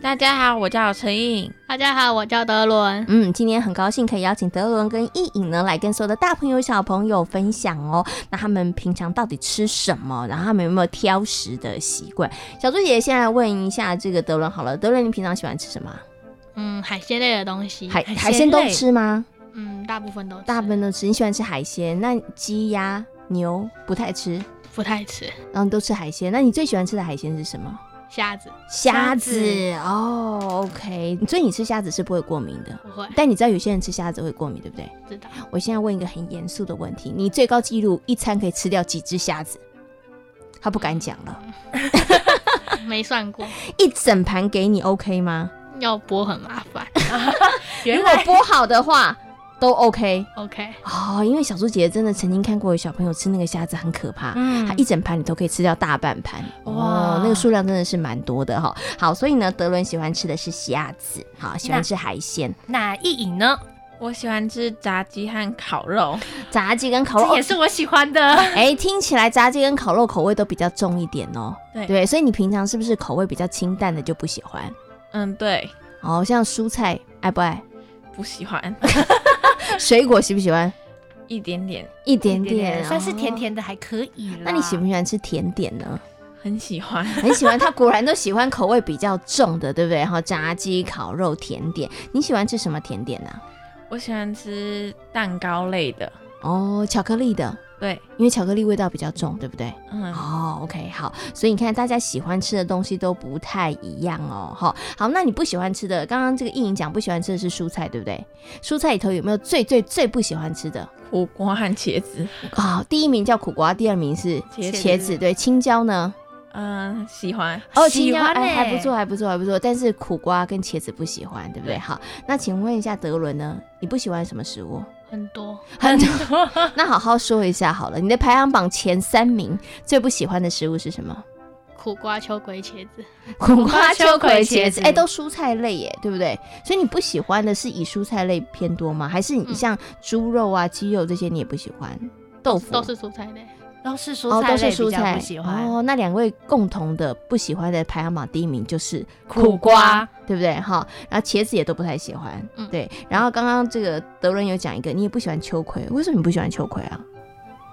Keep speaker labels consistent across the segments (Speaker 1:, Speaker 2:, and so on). Speaker 1: 大家好，我叫陈颖。
Speaker 2: 大家好，我叫德伦。
Speaker 3: 嗯，今天很高兴可以邀请德伦跟意颖呢来跟所有的大朋友小朋友分享哦。那他们平常到底吃什么？然后他们有没有挑食的习惯？小猪姐姐先来问一下这个德伦好了，德伦你平常喜欢吃什么啊？
Speaker 2: 嗯，海鲜类的东西，
Speaker 3: 海海
Speaker 1: 嗯鲜
Speaker 3: 鲜都
Speaker 1: 类
Speaker 3: 吃吗？
Speaker 2: 嗯，大部分都吃
Speaker 3: 大部分都吃。你喜欢吃海鲜？那鸡鸭牛不太吃，
Speaker 2: 不太吃
Speaker 3: 然后都吃海鲜。那你最喜欢吃的海鲜是什么？
Speaker 2: 虾子，
Speaker 3: 虾
Speaker 1: 虾
Speaker 3: 子
Speaker 1: 子
Speaker 3: 哦，OK。所以你吃虾子是不会过敏的，
Speaker 2: 不会
Speaker 3: 但你知道有些人吃虾子会过敏，对不对？
Speaker 2: 知道
Speaker 3: 我现在问一个很严肃的问题：你最高纪录一餐可以吃掉几只虾子？他不敢讲了，
Speaker 2: 没算过，
Speaker 3: 一整盘给你 OK 吗？
Speaker 2: 要剥很麻烦。
Speaker 3: 如果剥好的 话都 OK
Speaker 2: OK，
Speaker 3: 哦，因为小猪姐姐真的曾经看过有小朋友吃那个虾子很可怕，它
Speaker 1: 嗯
Speaker 3: 一整盘你都可以吃掉大半盘，哇、
Speaker 1: 哇
Speaker 3: 那个数量真的是蛮多的哈。好，所以呢，德伦喜欢吃的是虾子，好，喜欢吃海鲜，
Speaker 1: 那意颖呢？我喜欢吃炸鸡和烤肉，
Speaker 3: 炸鸡跟烤肉
Speaker 1: 这也是我喜欢的。
Speaker 3: 哎，听起来炸鸡跟烤肉口味都比较重一点哦。
Speaker 1: 对
Speaker 3: 所以你平常是不是口味比较清淡的就不喜欢？
Speaker 1: 嗯，对，
Speaker 3: 哦，像蔬菜爱不爱？
Speaker 1: 不喜欢
Speaker 3: 水果喜不喜欢？
Speaker 1: 一点点，
Speaker 3: 一点
Speaker 4: 点
Speaker 3: 点，
Speaker 4: 算是甜
Speaker 3: 哦。
Speaker 4: 甜的，还可以啦。
Speaker 3: 那你喜不喜欢吃甜点呢？
Speaker 1: 很喜欢。
Speaker 3: 很喜欢，他果然都喜欢口味比较重的，对不对？哈，炸鸡、烤肉、甜点，你喜欢吃什么甜点呢、
Speaker 1: 我喜欢吃蛋糕类的，
Speaker 3: 哦，巧克力的，
Speaker 1: 对，
Speaker 3: 因为巧克力味道比较重，对不对？
Speaker 1: 嗯，
Speaker 3: 哦，OK，好，所以你看大家喜欢吃的东西都不太一样哦，哈。好，那你不喜欢吃的，刚刚这个意莹讲不喜欢吃的是蔬菜，对不对？蔬菜里头有没有最最最不喜欢吃的？
Speaker 1: 苦瓜和茄子，
Speaker 3: 好、啊第一名叫苦瓜，第二名是
Speaker 1: 茄子
Speaker 3: 茄子对，青椒呢？
Speaker 1: 嗯，喜欢。
Speaker 3: 哦，青
Speaker 4: 喜
Speaker 3: 椒
Speaker 4: 欢
Speaker 3: 哎还不
Speaker 4: 欸
Speaker 3: 错，还不错，还不错。但是苦瓜跟茄子不喜欢，对不对？好，那请问一下德伦呢？你不喜欢什么食物？
Speaker 2: 很多
Speaker 3: 很多。 那好好说一下好了，你的排行榜前三名最不喜欢的食物是什么？
Speaker 2: 苦瓜、秋葵、茄子，
Speaker 3: 苦瓜、
Speaker 4: 瓜
Speaker 3: 秋
Speaker 4: 秋
Speaker 3: 葵、
Speaker 4: 葵
Speaker 3: 茄
Speaker 4: 茄
Speaker 3: 子，
Speaker 4: 子
Speaker 3: 哎、都蔬菜类耶，对不对？所以你不喜欢的是以蔬菜类偏多吗？还是你
Speaker 2: 嗯
Speaker 3: 像猪肉啊、鸡肉这些你也不喜欢？豆腐
Speaker 2: 都是蔬菜类。
Speaker 4: 都是蔬
Speaker 3: 哦，
Speaker 4: 菜
Speaker 3: 都是
Speaker 4: 类
Speaker 3: 蔬
Speaker 4: 比较
Speaker 3: 菜
Speaker 4: 不喜欢。
Speaker 3: 哦。那两位共同的不喜欢的排行榜第一名就是
Speaker 4: 苦瓜，
Speaker 3: 对不对？哈，然后茄子也都不太喜欢，
Speaker 2: 嗯
Speaker 3: 对。然后刚刚这个德伦有讲一个，你也不喜欢秋葵，为什么你不喜欢秋葵啊？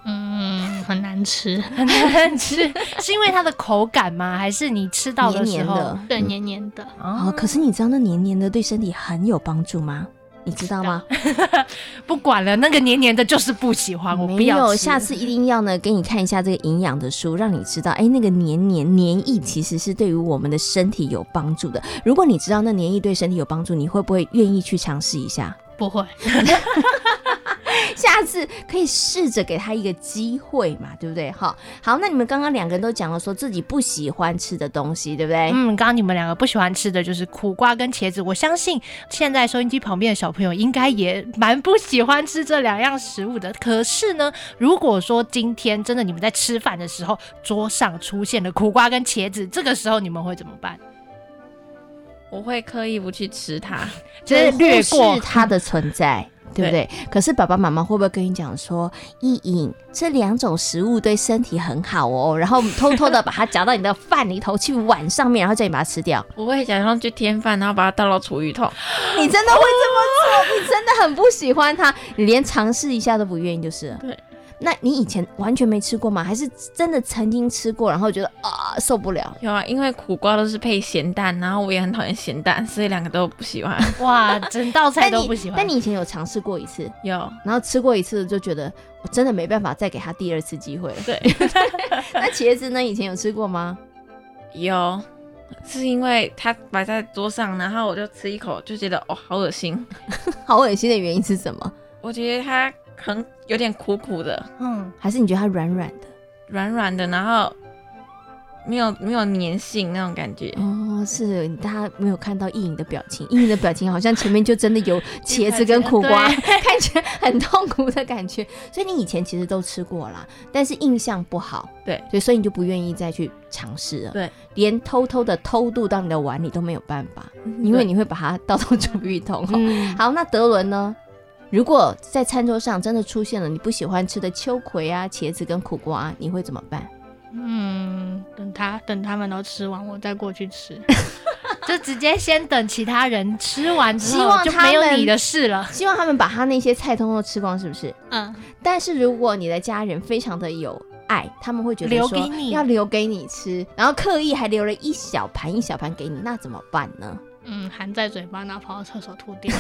Speaker 2: 嗯，很难吃，
Speaker 4: 很难 吃，是因为它的口感吗？还是你吃到
Speaker 3: 黏
Speaker 4: 的时
Speaker 3: 黏
Speaker 4: 候？
Speaker 3: 的，
Speaker 2: 对，黏黏的。
Speaker 3: 哦，可是你知道那黏黏的对身体很有帮助吗？你知道吗？
Speaker 4: 不管了，那个黏黏的就是不喜欢，我不
Speaker 3: 没
Speaker 4: 要
Speaker 3: 有，
Speaker 4: 吃。
Speaker 3: 下次一定要呢，给你看一下这个营养的书，让你知道，哎，那个黏黏黏液其实是对于我们的身体有帮助的。如果你知道那黏液对身体有帮助，你会不会愿意去尝试一下？
Speaker 2: 不会，
Speaker 3: 下次可以试着给他一个机会嘛，对不对？哈，好，那你们刚刚两个人都讲了，说自己不喜欢吃的东西，对不对？
Speaker 4: 嗯，刚刚你们两个不喜欢吃的就是苦瓜跟茄子，我相信现在收音机旁边的小朋友应该也蛮不喜欢吃这两样食物的。可是呢，如果说今天真的你们在吃饭的时候，桌上出现了苦瓜跟茄子，这个时候你们会怎么办？
Speaker 1: 我会刻意不去吃它，
Speaker 4: 就是略
Speaker 3: 忽
Speaker 4: 过
Speaker 3: 视它的存在。对不 对？可是爸爸妈妈会不会跟你讲说，意颖这两种食物对身体很好哦，然后偷偷的把它夹到你的饭里头去碗上面，然后叫你把它吃掉？
Speaker 1: 我会假装去添饭，然后把它倒到厨余桶。
Speaker 3: 你真的会这么做？你真的很不喜欢它，你连尝试一下都不愿意，就是了。
Speaker 1: 对。
Speaker 3: 那你以前完全没吃过吗？还是真的曾经吃过，然后觉得啊受不了？
Speaker 1: 有啊，因为苦瓜都是配咸蛋，然后我也很讨厌咸蛋，所以两个都不喜欢。
Speaker 4: 哇，整道菜
Speaker 3: 但
Speaker 4: 都
Speaker 3: 你
Speaker 4: 不喜欢。
Speaker 3: 但你以前有尝试过一次，
Speaker 1: 有，
Speaker 3: 然后吃过一次就觉得我真的没办法再给他第二次机会了。
Speaker 1: 对，
Speaker 3: 那茄子呢？以前有吃过吗？
Speaker 1: 有，是因为它摆在桌上，然后我就吃一口，就觉得哦，好恶心。
Speaker 3: 好恶心的原因是什么？
Speaker 1: 我觉得它很有点苦苦的，
Speaker 4: 嗯，
Speaker 3: 还是你觉得它软软的？
Speaker 1: 软软的，然后没有没有粘性那种感觉。
Speaker 3: 哦，是大家没有看到意颖的表情，意颖的表情好像前面就真的 有茄子跟苦瓜， 看起来很痛苦的感觉。所以你以前其实都吃过啦，但是印象不好，
Speaker 1: 对
Speaker 3: 对，所以你就不愿意再去尝试了，
Speaker 1: 对，
Speaker 3: 连偷偷的偷渡到你的碗里都没有办法，
Speaker 1: 嗯
Speaker 3: 因为你会把它倒到厨余桶哦。
Speaker 4: 嗯，
Speaker 3: 好，那德伦呢？如果在餐桌上真的出现了你不喜欢吃的秋葵啊、茄子跟苦瓜、你会怎么办？
Speaker 2: 嗯，等他等他们都吃完，我再过去 吃。
Speaker 4: 就直接先等其他人吃完之
Speaker 3: 希
Speaker 4: 后，
Speaker 3: 望
Speaker 4: 就
Speaker 3: 他
Speaker 4: 没有
Speaker 3: 们
Speaker 4: 你的事了。
Speaker 3: 希望他们把他那些菜通通吃光，是不是？
Speaker 2: 嗯，
Speaker 3: 但是如果你的家人非常的有爱，他们会觉得
Speaker 4: 留
Speaker 3: 说
Speaker 4: 给你
Speaker 3: 要留给你吃，然后刻意还留了一小盘一小盘给你，那怎么办呢？
Speaker 2: 嗯，含在嘴巴，然后跑到厕所吐 掉。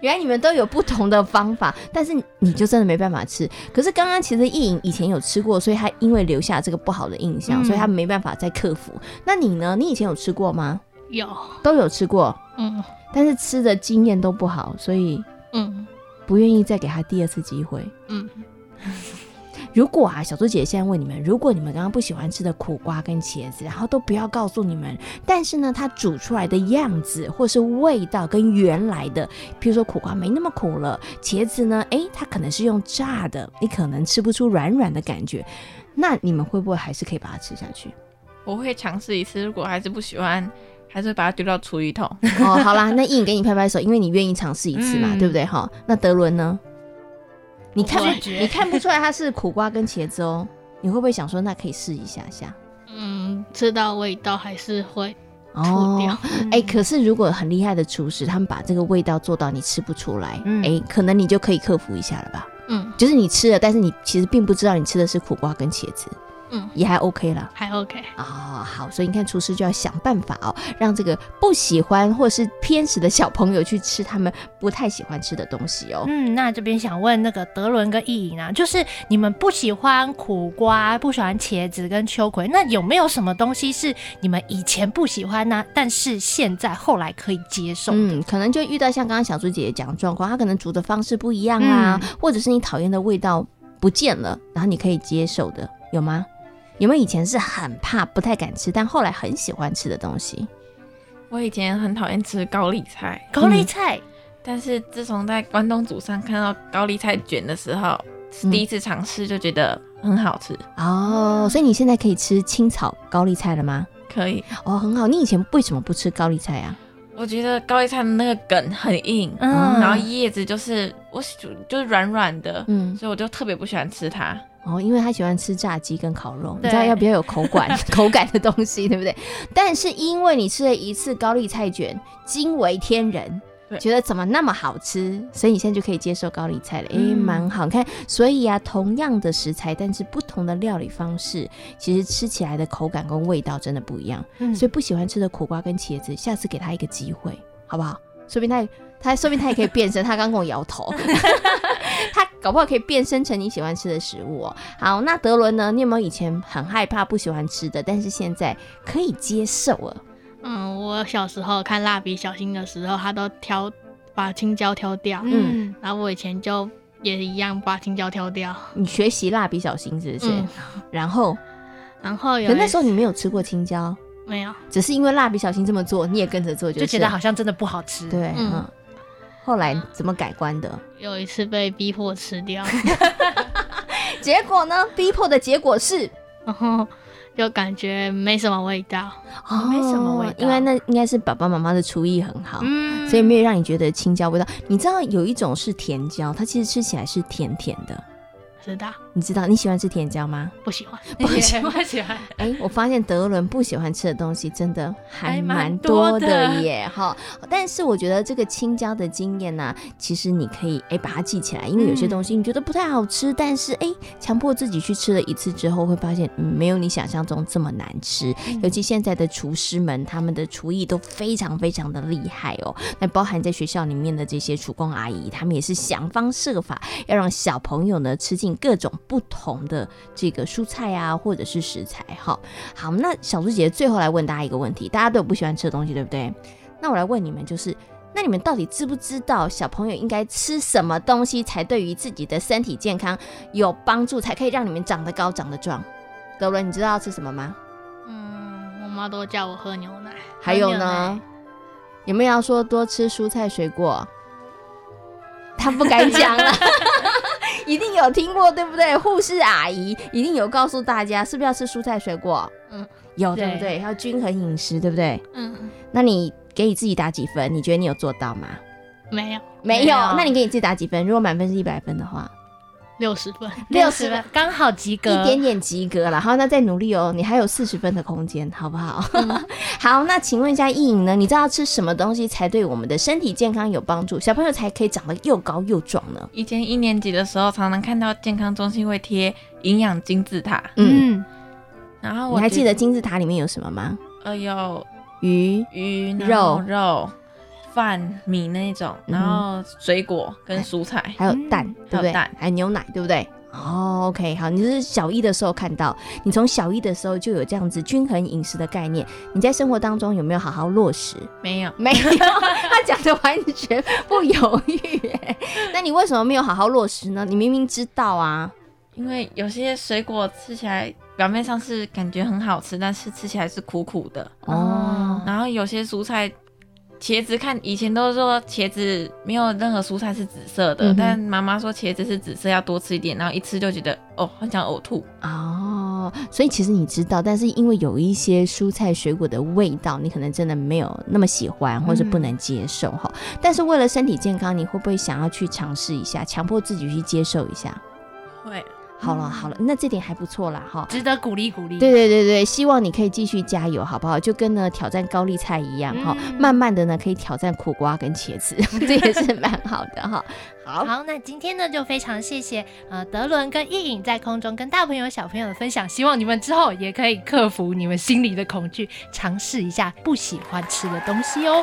Speaker 3: 原来你们都有不同的方法，但是你就真的没办法吃。可是刚刚其实意颖以前有吃过，所以她因为留下这个不好的印象，
Speaker 4: 嗯
Speaker 3: 所以她没办法再克服。那你呢？你以前有吃过吗？
Speaker 2: 有，
Speaker 3: 都有吃过，
Speaker 2: 嗯
Speaker 3: 但是吃的经验都不好，所以
Speaker 2: 嗯
Speaker 3: 不愿意再给他第二次机会。
Speaker 2: 嗯，
Speaker 3: 如果啊，小猪姐姐现在问你们，如果你们刚刚不喜欢吃的苦瓜跟茄子，然后都不要告诉你们，但是呢，它煮出来的样子或是味道跟原来的，譬如说苦瓜没那么苦了，茄子呢，诶，它可能是用炸的，你可能吃不出软软的感觉，那你们会不会还是可以把它吃下去？
Speaker 1: 我会尝试一次，如果还是不喜欢，还是会把它丢到厨余 桶。
Speaker 3: 哦，好啦，那应给你拍拍手，因为你愿意尝试一次嘛，
Speaker 4: 嗯
Speaker 3: 对不对？哈，那德伦呢？你看
Speaker 2: 我
Speaker 3: 不
Speaker 2: 觉得
Speaker 3: 你看不出来它是苦瓜跟茄子哦，你会不会想说那可以试一下下？
Speaker 2: 嗯，吃到味道还是会
Speaker 3: 哦
Speaker 2: 吐，掉。嗯
Speaker 3: 哎、可是如果很厉害的厨师，他们把这个味道做到你吃不出来，哎、
Speaker 4: 嗯
Speaker 3: 可能你就可以克服一下了吧？
Speaker 2: 嗯
Speaker 3: 就是你吃了，但是你其实并不知道你吃的是苦瓜跟茄子，
Speaker 2: 嗯，
Speaker 3: 也还 OK 啦。
Speaker 2: 还 OK。
Speaker 3: 哦，好，所以你看，厨师就要想办法哦，让这个不喜欢或是偏食的小朋友去吃他们不太喜欢吃的东西哦。
Speaker 4: 嗯，那这边想问那个德伦跟意颖啊，就是你们不喜欢苦瓜，不喜欢茄子跟秋葵，那有没有什么东西是你们以前不喜欢呢、但是现在后来可以接受？
Speaker 3: 嗯，可能就遇到像刚刚小猪姐姐讲的状况，她可能煮的方式不一样啊，或者是你讨厌的味道不见了，然后你可以接受的，有吗？有没有以前是很怕、不太敢吃，但后来很喜欢吃的东西？
Speaker 1: 我以前很讨厌吃高丽菜，
Speaker 4: 高丽菜，
Speaker 1: 但是自从在关东煮上看到高丽菜卷的时候，
Speaker 3: 嗯
Speaker 1: 第一次尝试就觉得很好吃，
Speaker 3: 哦，所以你现在可以吃青草高丽菜了吗？
Speaker 1: 可以。
Speaker 3: 哦，很好。你以前为什么不吃高丽菜啊？
Speaker 1: 我觉得高丽菜的那个梗很硬，
Speaker 4: 嗯
Speaker 1: 然后叶子就是我喜就是软软的，
Speaker 3: 嗯，
Speaker 1: 所以我就特别不喜欢吃它。
Speaker 3: 哦，因为他喜欢吃炸鸡跟烤肉，你
Speaker 4: 对
Speaker 3: 知道要比较有口感 口感的东西，对不对？但是因为你吃了一次高丽菜卷，惊为天人。
Speaker 1: 对
Speaker 3: 觉得怎么那么好吃，所以你现在就可以接受高丽菜了，诶、
Speaker 4: 嗯
Speaker 3: 蛮好你看。所以啊，同样的食材，但是不同的料理方式，其实吃起来的口感跟味道真的不一样。
Speaker 4: 嗯，
Speaker 3: 所以不喜欢吃的苦瓜跟茄子，下次给他一个机会，好不好？说不定他也他说不定他也可以变身，他刚跟我摇头，他搞不好可以变身成你喜欢吃的食物哦。好，那德伦呢？你有没有以前很害怕不喜欢吃的，但是现在可以接受哦了？
Speaker 2: 嗯，我小时候看蜡笔小新的时候，他都挑把青椒挑掉，
Speaker 4: 嗯，
Speaker 2: 然后我以前就也一样把青椒挑掉。
Speaker 3: 你学习蜡笔小新是不是？
Speaker 2: 嗯
Speaker 3: 然后，
Speaker 2: 然后有
Speaker 3: 可那时
Speaker 2: 候
Speaker 3: 候你没有吃过青椒，
Speaker 2: 没有，
Speaker 3: 只是因为蜡笔小新这么做，你也跟着做就，
Speaker 4: 就是觉得好像真的不好吃。
Speaker 3: 对，嗯
Speaker 2: 嗯
Speaker 3: 后来怎么改观的？
Speaker 2: 有一次被逼迫吃掉，
Speaker 3: 结果呢？逼迫的结果是
Speaker 2: 然后就感觉没什么味道。
Speaker 3: 哦
Speaker 4: 没什么味道
Speaker 3: 因为那应该是爸爸妈妈的厨艺很好，
Speaker 4: 嗯
Speaker 3: 所以没有让你觉得青椒味道。你知道有一种是甜椒，它其实吃起来是甜甜的。
Speaker 2: 知道
Speaker 3: 你知道你喜欢吃甜椒吗？
Speaker 2: 不喜欢，
Speaker 3: 不喜欢。
Speaker 4: 不喜欢。
Speaker 3: 哎、我发现德伦不喜欢吃的东西真的还
Speaker 4: 还
Speaker 3: 蛮
Speaker 4: 蛮
Speaker 3: 多
Speaker 4: 多的
Speaker 3: 的耶，哈。但是我觉得这个青椒的经验呢、其实你可以哎、把它记起来，因为有些
Speaker 4: 嗯
Speaker 3: 东西你觉得不太好吃，但是哎强、迫自己去吃了一次之后，会发现嗯没有你想象中这么难吃。尤其现在的厨师们，他们的厨艺都非常非常的厉害哦。那包含在学校里面的这些厨工阿姨，他们也是想方设法要让小朋友呢吃进各种不同的这个蔬菜啊，或者是食材哈。好，那小猪姐姐最后来问大家一个问题：大家都有不喜欢吃的东西，对不对？那我来问你们，就是那你们到底知不知道小朋友应该吃什么东西才对于自己的身体健康有帮助，才可以让你们长得高、长得壮？德伦，你知道要吃什么吗？
Speaker 2: 嗯，我妈都叫我喝牛奶。
Speaker 3: 还有
Speaker 2: 喝牛
Speaker 3: 呢
Speaker 2: 奶？，
Speaker 3: 有没有要说多吃蔬菜水果？ 他不敢讲了， 一定有听过对不对？护士阿姨一定有告诉大家，是不是要吃蔬菜水果？嗯
Speaker 2: 嗯，
Speaker 3: 有对不
Speaker 4: 对
Speaker 3: 对？要均衡饮食，对不对？
Speaker 2: 嗯，
Speaker 3: 那你给你自己打几分？你觉得你有做到吗？
Speaker 2: 没有
Speaker 3: 没
Speaker 4: 没
Speaker 3: 有
Speaker 4: 有。
Speaker 3: 那你给你自己打几分？如果满分是一百分的话，
Speaker 2: 六十分。
Speaker 3: 60
Speaker 4: 分刚好及格，
Speaker 3: 一点点及格啦，然后那再努力哦，你还有四十分的空间，好不好？ 好，那请问一下意颖呢？你知道吃什么东西才对我们的身体健康有帮助，小朋友才可以长得又高又壮呢？
Speaker 1: 以前一年级的时候，常常看到健康中心会贴营养金字塔，
Speaker 3: 嗯，
Speaker 4: 嗯，
Speaker 1: 然后
Speaker 3: 你
Speaker 1: 我
Speaker 3: 还记得金字塔里面有什么吗？
Speaker 1: 呃有
Speaker 3: 鱼，
Speaker 1: 鱼、
Speaker 3: 肉嗯
Speaker 1: 然后肉、饭、米那种，然后水果跟蔬菜。
Speaker 3: 还有蛋，
Speaker 4: 嗯
Speaker 3: 对不对？
Speaker 1: 还有蛋
Speaker 3: 还有牛奶，对不对？哦、o k 好，你是小一的时候看到，你从小一的时候就有这样子均衡饮食的概念，你在生活当中有没有好好落实？
Speaker 1: 没有，
Speaker 3: 没有， 他讲的完全不犹豫耶。 那你为什么没有好好落实呢？你明明知道啊，
Speaker 1: 因为有些水果吃起来表面上是感觉很好吃，但是吃起来是苦苦的。
Speaker 3: 哦，
Speaker 1: 然后有些蔬菜，茄子看以前都说茄子没有任何蔬菜是紫色的，
Speaker 3: 嗯哼
Speaker 1: 但妈妈说茄子是紫色，要多吃一点。然后一吃就觉得哦，很想呕吐。
Speaker 3: 哦，所以其实你知道，但是因为有一些蔬菜水果的味道，你可能真的没有那么喜欢，或是不能接受哈、但是为了身体健康，你会不会想要去尝试一下，强迫自己去接受一下？
Speaker 1: 会，
Speaker 3: 好了好了，那这点还不错啦哈。
Speaker 4: 值得鼓励鼓励。
Speaker 3: 对对对对，希望你可以继续加油，好不好？就跟呢挑战高丽菜一样哈、慢慢的呢可以挑战苦瓜跟茄子，这也是蛮好的哈。好，
Speaker 4: 好，那今天呢就非常谢谢呃德伦跟意颖在空中跟大朋友小朋友的分享，希望你们之后也可以克服你们心里的恐惧，尝试一下不喜欢吃的东西哦。